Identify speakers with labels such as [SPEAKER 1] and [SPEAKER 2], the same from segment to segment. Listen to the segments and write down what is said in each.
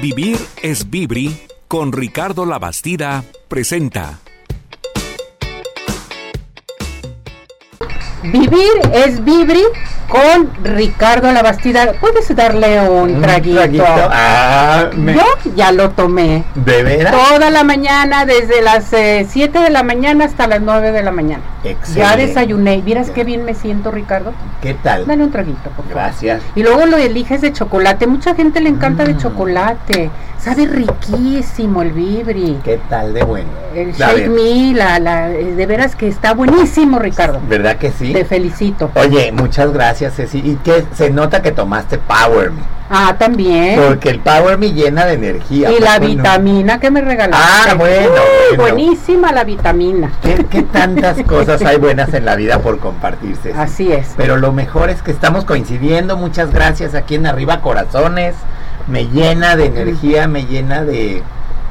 [SPEAKER 1] Vivir es Vibri con Ricardo Labastida presenta.
[SPEAKER 2] Vivir es Vibri con Ricardo Labastida. ¿Puedes darle un traguito?
[SPEAKER 3] traguito. Ah, me-
[SPEAKER 2] Yo ya lo tomé.
[SPEAKER 3] ¿De veras?
[SPEAKER 2] Toda la mañana, desde las 7 de la mañana hasta las 9 de la mañana. Ya
[SPEAKER 3] Excelente.
[SPEAKER 2] desayuné. ¿Vieras qué bien me siento, Ricardo?
[SPEAKER 3] ¿Qué tal?
[SPEAKER 2] Dale un traguito, por favor.
[SPEAKER 3] Gracias.
[SPEAKER 2] Y luego lo eliges de chocolate. Mucha gente le encanta de
[SPEAKER 3] Mm.
[SPEAKER 2] chocolate. Sabe riquísimo el vibri.
[SPEAKER 3] ¿Qué tal de bueno?
[SPEAKER 2] El
[SPEAKER 3] A
[SPEAKER 2] shake
[SPEAKER 3] ver,
[SPEAKER 2] me, la, la, eh, de veras que está buenísimo, Ricardo.
[SPEAKER 3] ¿Verdad que sí?
[SPEAKER 2] Te felicito.
[SPEAKER 3] Oye, muchas gracias, Ceci. Y que se nota que tomaste Power Me.
[SPEAKER 2] Ah, también.
[SPEAKER 3] Porque el Power Me llena de energía.
[SPEAKER 2] Y
[SPEAKER 3] ¿a
[SPEAKER 2] la
[SPEAKER 3] poco no?
[SPEAKER 2] vitamina que me regalaste.
[SPEAKER 3] Ah, bueno,
[SPEAKER 2] Uy,
[SPEAKER 3] bueno.
[SPEAKER 2] Buenísima la vitamina.
[SPEAKER 3] ¿Qué, qué tantas cosas hay buenas en la vida por compartir, Ceci?
[SPEAKER 2] Así es.
[SPEAKER 3] Pero lo mejor es que estamos coincidiendo. Muchas gracias aquí en Arriba Corazones. Me llena de energía, me llena de,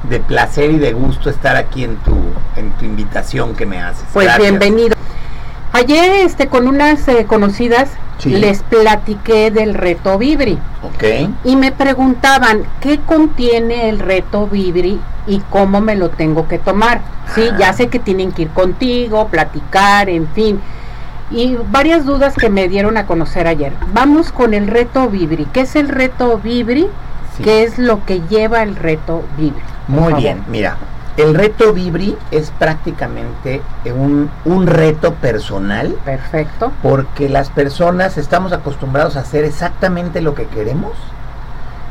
[SPEAKER 3] de placer y de gusto estar aquí en tu, en tu invitación que me haces.
[SPEAKER 2] Pues
[SPEAKER 3] Gracias.
[SPEAKER 2] bienvenido. Ayer este, con unas eh, conocidas
[SPEAKER 3] Sí.
[SPEAKER 2] les platiqué del reto Vibri
[SPEAKER 3] Ok.
[SPEAKER 2] y me preguntaban qué contiene el reto Vibri y cómo me lo tengo que tomar. Sí,
[SPEAKER 3] Ah.
[SPEAKER 2] ya sé que tienen que ir contigo, platicar, en fin. Y varias dudas que me dieron a conocer ayer. Vamos con el reto Vibri. ¿Qué es el reto Vibri?
[SPEAKER 3] sí.
[SPEAKER 2] ¿Qué es lo que lleva el reto Vibri? por
[SPEAKER 3] Muy
[SPEAKER 2] favor?
[SPEAKER 3] bien, mira. El reto Vibri es prácticamente un, un reto personal
[SPEAKER 2] Perfecto.
[SPEAKER 3] porque las personas estamos acostumbrados a hacer exactamente lo que queremos,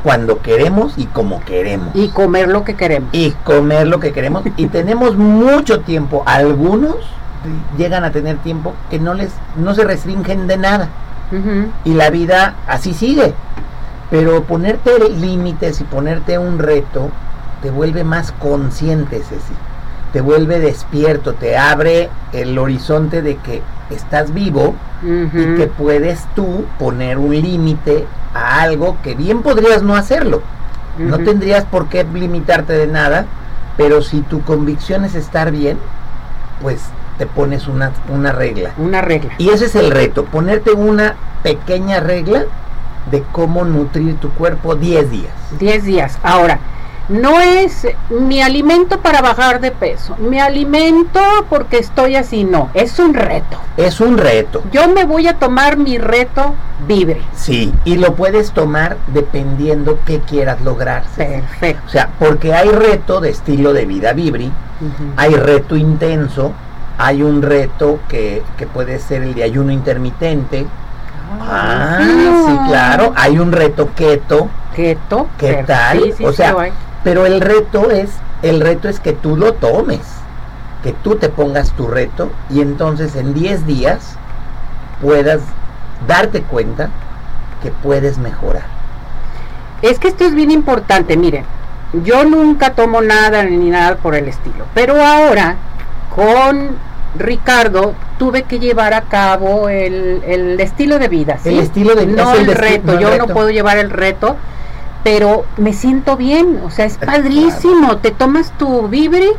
[SPEAKER 3] cuando queremos y como queremos.
[SPEAKER 2] Y comer lo que queremos.
[SPEAKER 3] y comer lo que queremos y tenemos mucho tiempo. Algunos llegan a tener tiempo que no les no se restringen de nada
[SPEAKER 2] Ujú.
[SPEAKER 3] y la vida así sigue. Pero ponerte límites y ponerte un reto te vuelve más consciente, Ceci. Te vuelve despierto, te abre el horizonte de que estás vivo y
[SPEAKER 2] Ujú.
[SPEAKER 3] que puedes tú poner un límite a algo que bien podrías no hacerlo. No
[SPEAKER 2] Ujú.
[SPEAKER 3] tendrías por qué limitarte de nada, pero si tu convicción es estar bien, pues te pones una, una regla.
[SPEAKER 2] Una regla.
[SPEAKER 3] Y ese es el reto, ponerte una pequeña regla de cómo nutrir tu cuerpo 10 días.
[SPEAKER 2] 10 días. Ahora, no es mi alimento para bajar de peso. Mi alimento porque estoy así. No, es un reto.
[SPEAKER 3] Es un reto,
[SPEAKER 2] Yo me voy a tomar mi reto Vibri.
[SPEAKER 3] sí, y lo puedes tomar dependiendo qué quieras lograr. Ceci.
[SPEAKER 2] Perfecto.
[SPEAKER 3] O sea, porque hay reto de estilo de vida vibri,
[SPEAKER 2] Ujú.
[SPEAKER 3] hay reto intenso, hay un reto que, que puede ser el de ayuno intermitente, Ah, sí, claro. Hay un reto keto,
[SPEAKER 2] Keto.
[SPEAKER 3] ¿Qué
[SPEAKER 2] perfecto.
[SPEAKER 3] tal?
[SPEAKER 2] Sí, sí,
[SPEAKER 3] O
[SPEAKER 2] sí
[SPEAKER 3] sea,
[SPEAKER 2] lo hay.
[SPEAKER 3] pero el reto es, el reto es que tú lo tomes, que tú te pongas tu reto y entonces en 10 días puedas darte cuenta que puedes mejorar.
[SPEAKER 2] Es que esto es bien importante, miren, yo nunca tomo nada ni nada por el estilo, pero ahora con Ricardo tuve que llevar a cabo el, el estilo de vida, ¿sí?
[SPEAKER 3] El estilo de
[SPEAKER 2] no
[SPEAKER 3] es
[SPEAKER 2] el,
[SPEAKER 3] desti-
[SPEAKER 2] reto,
[SPEAKER 3] no el
[SPEAKER 2] yo no
[SPEAKER 3] reto.
[SPEAKER 2] puedo llevar el reto, pero me siento bien, o
[SPEAKER 3] Eh,
[SPEAKER 2] sea, es padrísimo, te tomas tu vibri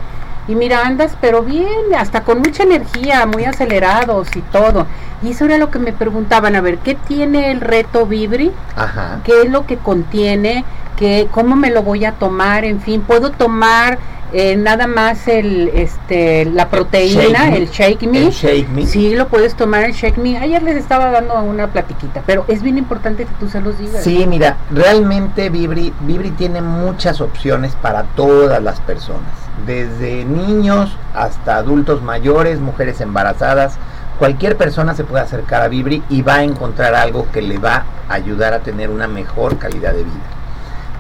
[SPEAKER 2] y mira, andas pero bien, hasta con mucha energía, muy acelerados y todo. Y eso era lo que me preguntaban, a ver, ¿qué tiene el reto vibri?
[SPEAKER 3] Ajá.
[SPEAKER 2] qué es lo que contiene, qué, cómo me lo voy a tomar, en fin, puedo tomar eh, nada más el, este, la proteína,
[SPEAKER 3] shake
[SPEAKER 2] el shake me.
[SPEAKER 3] El shake me.
[SPEAKER 2] Sí, lo puedes tomar el shake me. Ayer les estaba dando una platiquita, pero es bien importante que tú se los digas.
[SPEAKER 3] Sí, mira, realmente Vibri, Vibri tiene muchas opciones para todas las personas, desde niños hasta adultos mayores, mujeres embarazadas, cualquier persona se puede acercar a Vibri y va a encontrar algo que le va a ayudar a tener una mejor calidad de vida.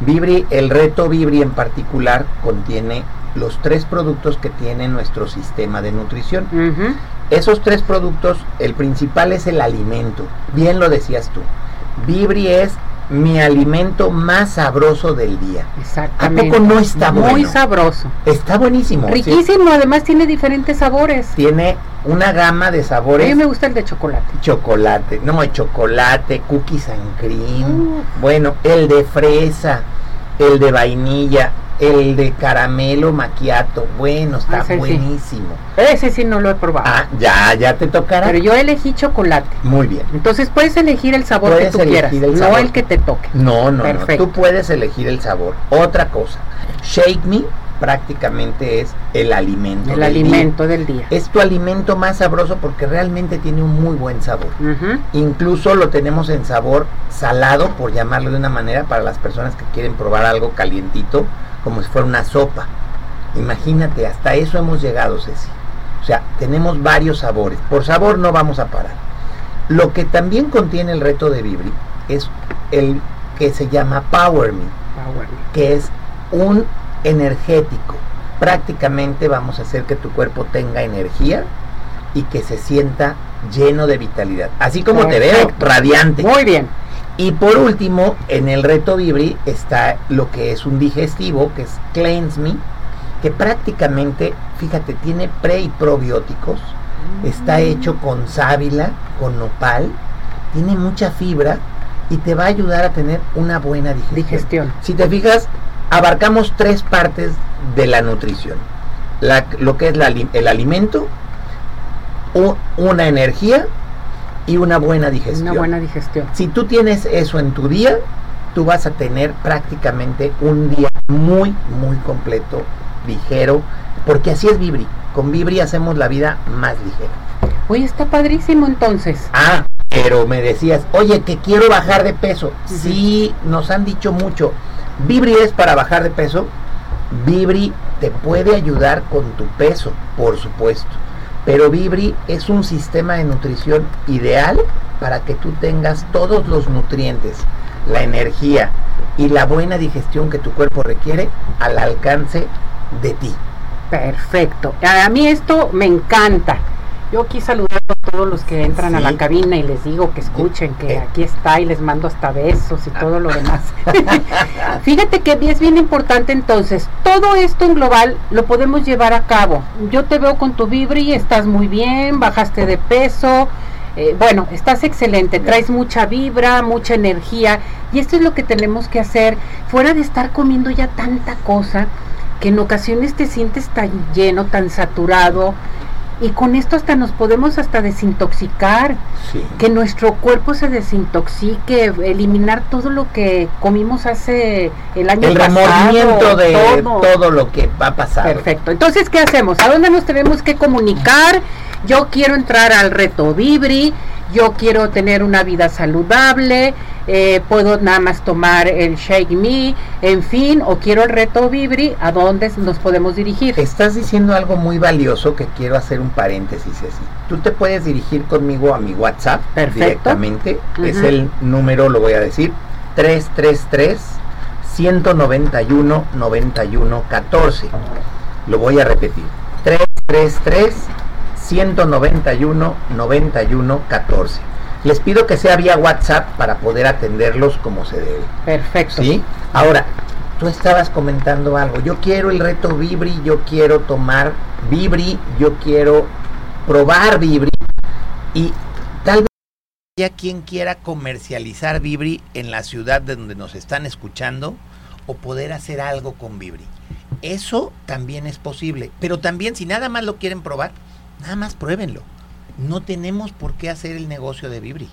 [SPEAKER 3] Vibri, el reto Vibri en particular contiene los tres productos que tiene nuestro sistema de nutrición.
[SPEAKER 2] Ujú,
[SPEAKER 3] Esos tres productos, el principal es el alimento. Bien lo decías tú. Vibri es mi alimento más sabroso del día. ¿A
[SPEAKER 2] exactamente.
[SPEAKER 3] poco no está bueno?
[SPEAKER 2] Muy sabroso.
[SPEAKER 3] Está buenísimo. sí.
[SPEAKER 2] Riquísimo, además tiene diferentes sabores.
[SPEAKER 3] Tiene una gama de
[SPEAKER 2] A mí
[SPEAKER 3] sabores.
[SPEAKER 2] me gusta el de chocolate.
[SPEAKER 3] Chocolate, no, hay chocolate, cookies and cream.
[SPEAKER 2] Uf.
[SPEAKER 3] Bueno, el de fresa, el de vainilla, El de caramelo maquiato. Bueno, está
[SPEAKER 2] Ah, sí, sí.
[SPEAKER 3] buenísimo.
[SPEAKER 2] Ese sí no lo he probado.
[SPEAKER 3] Ah, ya, ya te tocará.
[SPEAKER 2] pero yo elegí chocolate.
[SPEAKER 3] Muy bien.
[SPEAKER 2] Entonces puedes elegir el sabor
[SPEAKER 3] Puedes
[SPEAKER 2] que tú quieras,
[SPEAKER 3] elegir el
[SPEAKER 2] no
[SPEAKER 3] sabor.
[SPEAKER 2] el que te toque.
[SPEAKER 3] No, no,
[SPEAKER 2] Perfecto.
[SPEAKER 3] no. Tú puedes elegir el sabor. Otra cosa. Shake Me prácticamente es el alimento.
[SPEAKER 2] El
[SPEAKER 3] del
[SPEAKER 2] alimento del día.
[SPEAKER 3] día. Es tu alimento más sabroso porque realmente tiene un muy buen sabor.
[SPEAKER 2] Ujú.
[SPEAKER 3] Incluso lo tenemos en sabor salado, por llamarlo de una manera, para las personas que quieren probar algo calientito, como si fuera una sopa. Imagínate, hasta eso hemos llegado, Ceci. O sea, tenemos varios sabores. Por sabor no vamos a parar. Lo que también contiene el reto de Vibri es el que se llama Power Me
[SPEAKER 2] Ah, bueno.
[SPEAKER 3] que es un energético. Prácticamente vamos a hacer que tu cuerpo tenga energía y que se sienta lleno de vitalidad. Así como te
[SPEAKER 2] Perfecto.
[SPEAKER 3] veo, radiante.
[SPEAKER 2] Muy bien.
[SPEAKER 3] Y por último, en el reto Vibri está lo que es un digestivo, que es Cleanse Me, que prácticamente, fíjate, tiene pre y probióticos,
[SPEAKER 2] Mm.
[SPEAKER 3] está hecho con sábila, con nopal, tiene mucha fibra y te va a ayudar a tener una buena digestión.
[SPEAKER 2] Digestión.
[SPEAKER 3] Si te fijas, abarcamos tres partes de la nutrición. La- lo que es la ali- el alimento, u- una energía y una buena digestión.
[SPEAKER 2] Una buena digestión.
[SPEAKER 3] Si tú tienes eso en tu día, tú vas a tener prácticamente un día muy, muy completo, ligero, porque así es Vibri. Con Vibri hacemos la vida más ligera.
[SPEAKER 2] Oye, está padrísimo entonces.
[SPEAKER 3] Ah, pero me decías, oye, que quiero bajar de peso. Sí, nos han dicho mucho. Vibri es para bajar de peso. Vibri te puede ayudar con tu peso, por supuesto. Pero Vibri es un sistema de nutrición ideal para que tú tengas todos los nutrientes, la energía y la buena digestión que tu cuerpo requiere al alcance de ti.
[SPEAKER 2] Perfecto. A a mí esto me encanta. Yo aquí saludando a todos los que entran a
[SPEAKER 3] Sí.
[SPEAKER 2] la cabina y les digo que escuchen, que
[SPEAKER 3] Eh.
[SPEAKER 2] aquí está y les mando hasta besos y todo lo demás. Fíjate que es bien importante entonces, todo esto en global lo podemos llevar a cabo. Yo te veo con tu vibri, estás muy bien, bajaste de peso, eh, bueno, estás excelente, traes mucha vibra, mucha energía y esto es lo que tenemos que hacer, fuera de estar comiendo ya tanta cosa, que en ocasiones te sientes tan lleno, tan saturado. Y con esto hasta nos podemos hasta desintoxicar,
[SPEAKER 3] Sí.
[SPEAKER 2] que nuestro cuerpo se desintoxique, eliminar todo lo que comimos hace el año
[SPEAKER 3] El
[SPEAKER 2] pasado.
[SPEAKER 3] remordimiento de
[SPEAKER 2] todo.
[SPEAKER 3] todo. lo que va pasar.
[SPEAKER 2] Perfecto. Entonces, ¿qué hacemos? ¿A dónde nos tenemos que comunicar? Yo quiero entrar al reto Vibri, yo quiero tener una vida saludable, eh, puedo nada más tomar el Shake Me, en fin, o quiero el reto Vibri, ¿a dónde nos podemos dirigir?
[SPEAKER 3] Estás diciendo algo muy valioso que quiero hacer un paréntesis, Ceci. Tú te puedes dirigir conmigo a mi WhatsApp
[SPEAKER 2] Perfecto.
[SPEAKER 3] directamente. Es
[SPEAKER 2] Ujú.
[SPEAKER 3] el número, lo voy a decir, 333 191 91 14. Lo voy a repetir. 333 191 91 14. Les pido que sea vía WhatsApp para poder atenderlos como se debe.
[SPEAKER 2] Perfecto.
[SPEAKER 3] ¿Sí? Ahora, tú estabas comentando algo. Yo quiero el reto Vibri, yo quiero tomar Vibri, yo quiero probar Vibri. Y tal vez haya quien quiera comercializar Vibri en la ciudad de donde nos están escuchando o poder hacer algo con Vibri. Eso también es posible. Pero también, si nada más lo quieren probar, nada más pruébenlo. No tenemos por qué hacer el negocio de Vibri.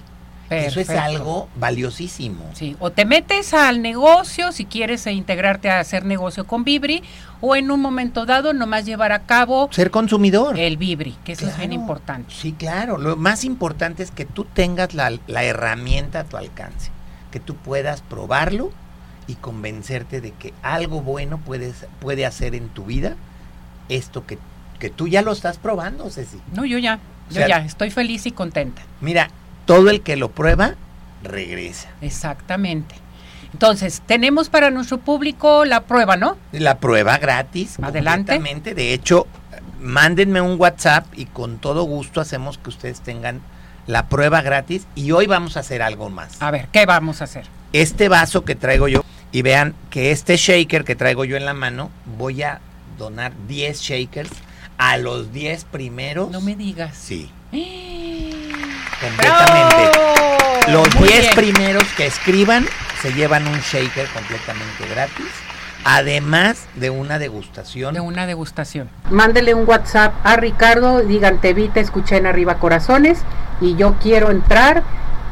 [SPEAKER 3] Eso es
[SPEAKER 4] Perfecto.
[SPEAKER 3] algo valiosísimo.
[SPEAKER 4] Sí, o te metes al negocio si quieres eh, integrarte a hacer negocio con Vibri o en un momento dado nomás llevar a cabo
[SPEAKER 3] Ser consumidor.
[SPEAKER 4] el Vibri, que eso es bien
[SPEAKER 3] Claro,
[SPEAKER 4] importante.
[SPEAKER 3] Sí, claro. Lo más importante es que tú tengas la, la herramienta a tu alcance, que tú puedas probarlo y convencerte de que algo bueno puedes, puede hacer en tu vida esto que, que tú ya lo estás probando, Ceci.
[SPEAKER 4] No, yo ya,
[SPEAKER 3] O
[SPEAKER 4] yo
[SPEAKER 3] sea-
[SPEAKER 4] ya, estoy feliz y contenta.
[SPEAKER 3] Mira, todo el que lo prueba, regresa.
[SPEAKER 4] Exactamente. Entonces, tenemos para nuestro público la prueba, ¿no?
[SPEAKER 3] La prueba gratis.
[SPEAKER 4] Adelante.
[SPEAKER 3] completamente. De hecho, mándenme un WhatsApp y con todo gusto hacemos que ustedes tengan la prueba gratis y hoy vamos a hacer algo más.
[SPEAKER 4] A ver, ¿qué vamos a hacer?
[SPEAKER 3] este vaso que traigo yo y vean que este shaker que traigo yo en la mano, voy a donar 10 shakers a los 10 primeros.
[SPEAKER 4] No me digas.
[SPEAKER 3] Sí,
[SPEAKER 4] ¡Eh!
[SPEAKER 3] completamente.
[SPEAKER 4] ¡Bravo!
[SPEAKER 3] Los
[SPEAKER 4] Muy
[SPEAKER 3] 10
[SPEAKER 4] bien.
[SPEAKER 3] primeros que escriban se llevan un shaker completamente gratis Además de una degustación.
[SPEAKER 4] de una degustación.
[SPEAKER 2] Mándele un WhatsApp a Ricardo, digan te vi, te escuché en Arriba Corazones y yo quiero entrar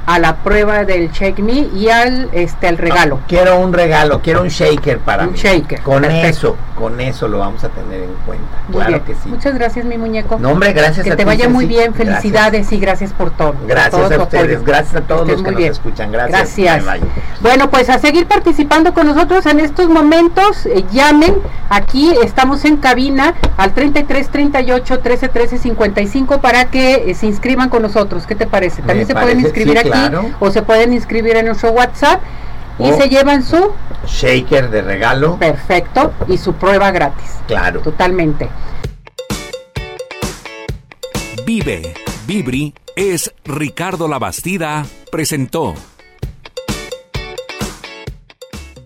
[SPEAKER 2] a la prueba del Shake Me y al este al regalo.
[SPEAKER 3] Ah, Quiero un regalo, quiero un shaker para
[SPEAKER 2] Un
[SPEAKER 3] mí.
[SPEAKER 2] shaker,
[SPEAKER 3] Con
[SPEAKER 2] perfecto.
[SPEAKER 3] eso, con eso lo vamos a tener en cuenta.
[SPEAKER 2] Muy
[SPEAKER 3] Claro
[SPEAKER 2] bien.
[SPEAKER 3] que sí.
[SPEAKER 2] Muchas gracias, mi muñeco.
[SPEAKER 3] No, hombre, gracias
[SPEAKER 2] que
[SPEAKER 3] a
[SPEAKER 2] te
[SPEAKER 3] ti,
[SPEAKER 2] vaya muy
[SPEAKER 3] Ceci.
[SPEAKER 2] bien,
[SPEAKER 3] Gracias.
[SPEAKER 2] felicidades y gracias por todo. por todo
[SPEAKER 3] Gracias,
[SPEAKER 2] tu
[SPEAKER 3] a ustedes,
[SPEAKER 2] apoyo.
[SPEAKER 3] gracias a todos
[SPEAKER 2] Que
[SPEAKER 3] los
[SPEAKER 2] estés
[SPEAKER 3] que
[SPEAKER 2] muy
[SPEAKER 3] nos
[SPEAKER 2] bien.
[SPEAKER 3] escuchan. Gracias.
[SPEAKER 2] Gracias.
[SPEAKER 3] Bye, bye.
[SPEAKER 2] Bueno, pues a seguir participando con nosotros en estos momentos, eh, llamen, aquí estamos en cabina al 33 38 13 13 55 para que eh, se inscriban con nosotros. ¿Qué te parece?
[SPEAKER 3] Me
[SPEAKER 2] También se pueden
[SPEAKER 3] parece,
[SPEAKER 2] inscribir
[SPEAKER 3] sí,
[SPEAKER 2] aquí
[SPEAKER 3] claro.
[SPEAKER 2] o se pueden inscribir en nuestro WhatsApp y
[SPEAKER 3] O-
[SPEAKER 2] se llevan su
[SPEAKER 3] Shaker de regalo.
[SPEAKER 2] perfecto y su prueba gratis.
[SPEAKER 3] Claro.
[SPEAKER 2] Totalmente.
[SPEAKER 1] Vive, Vibri es Ricardo Labastida presentó.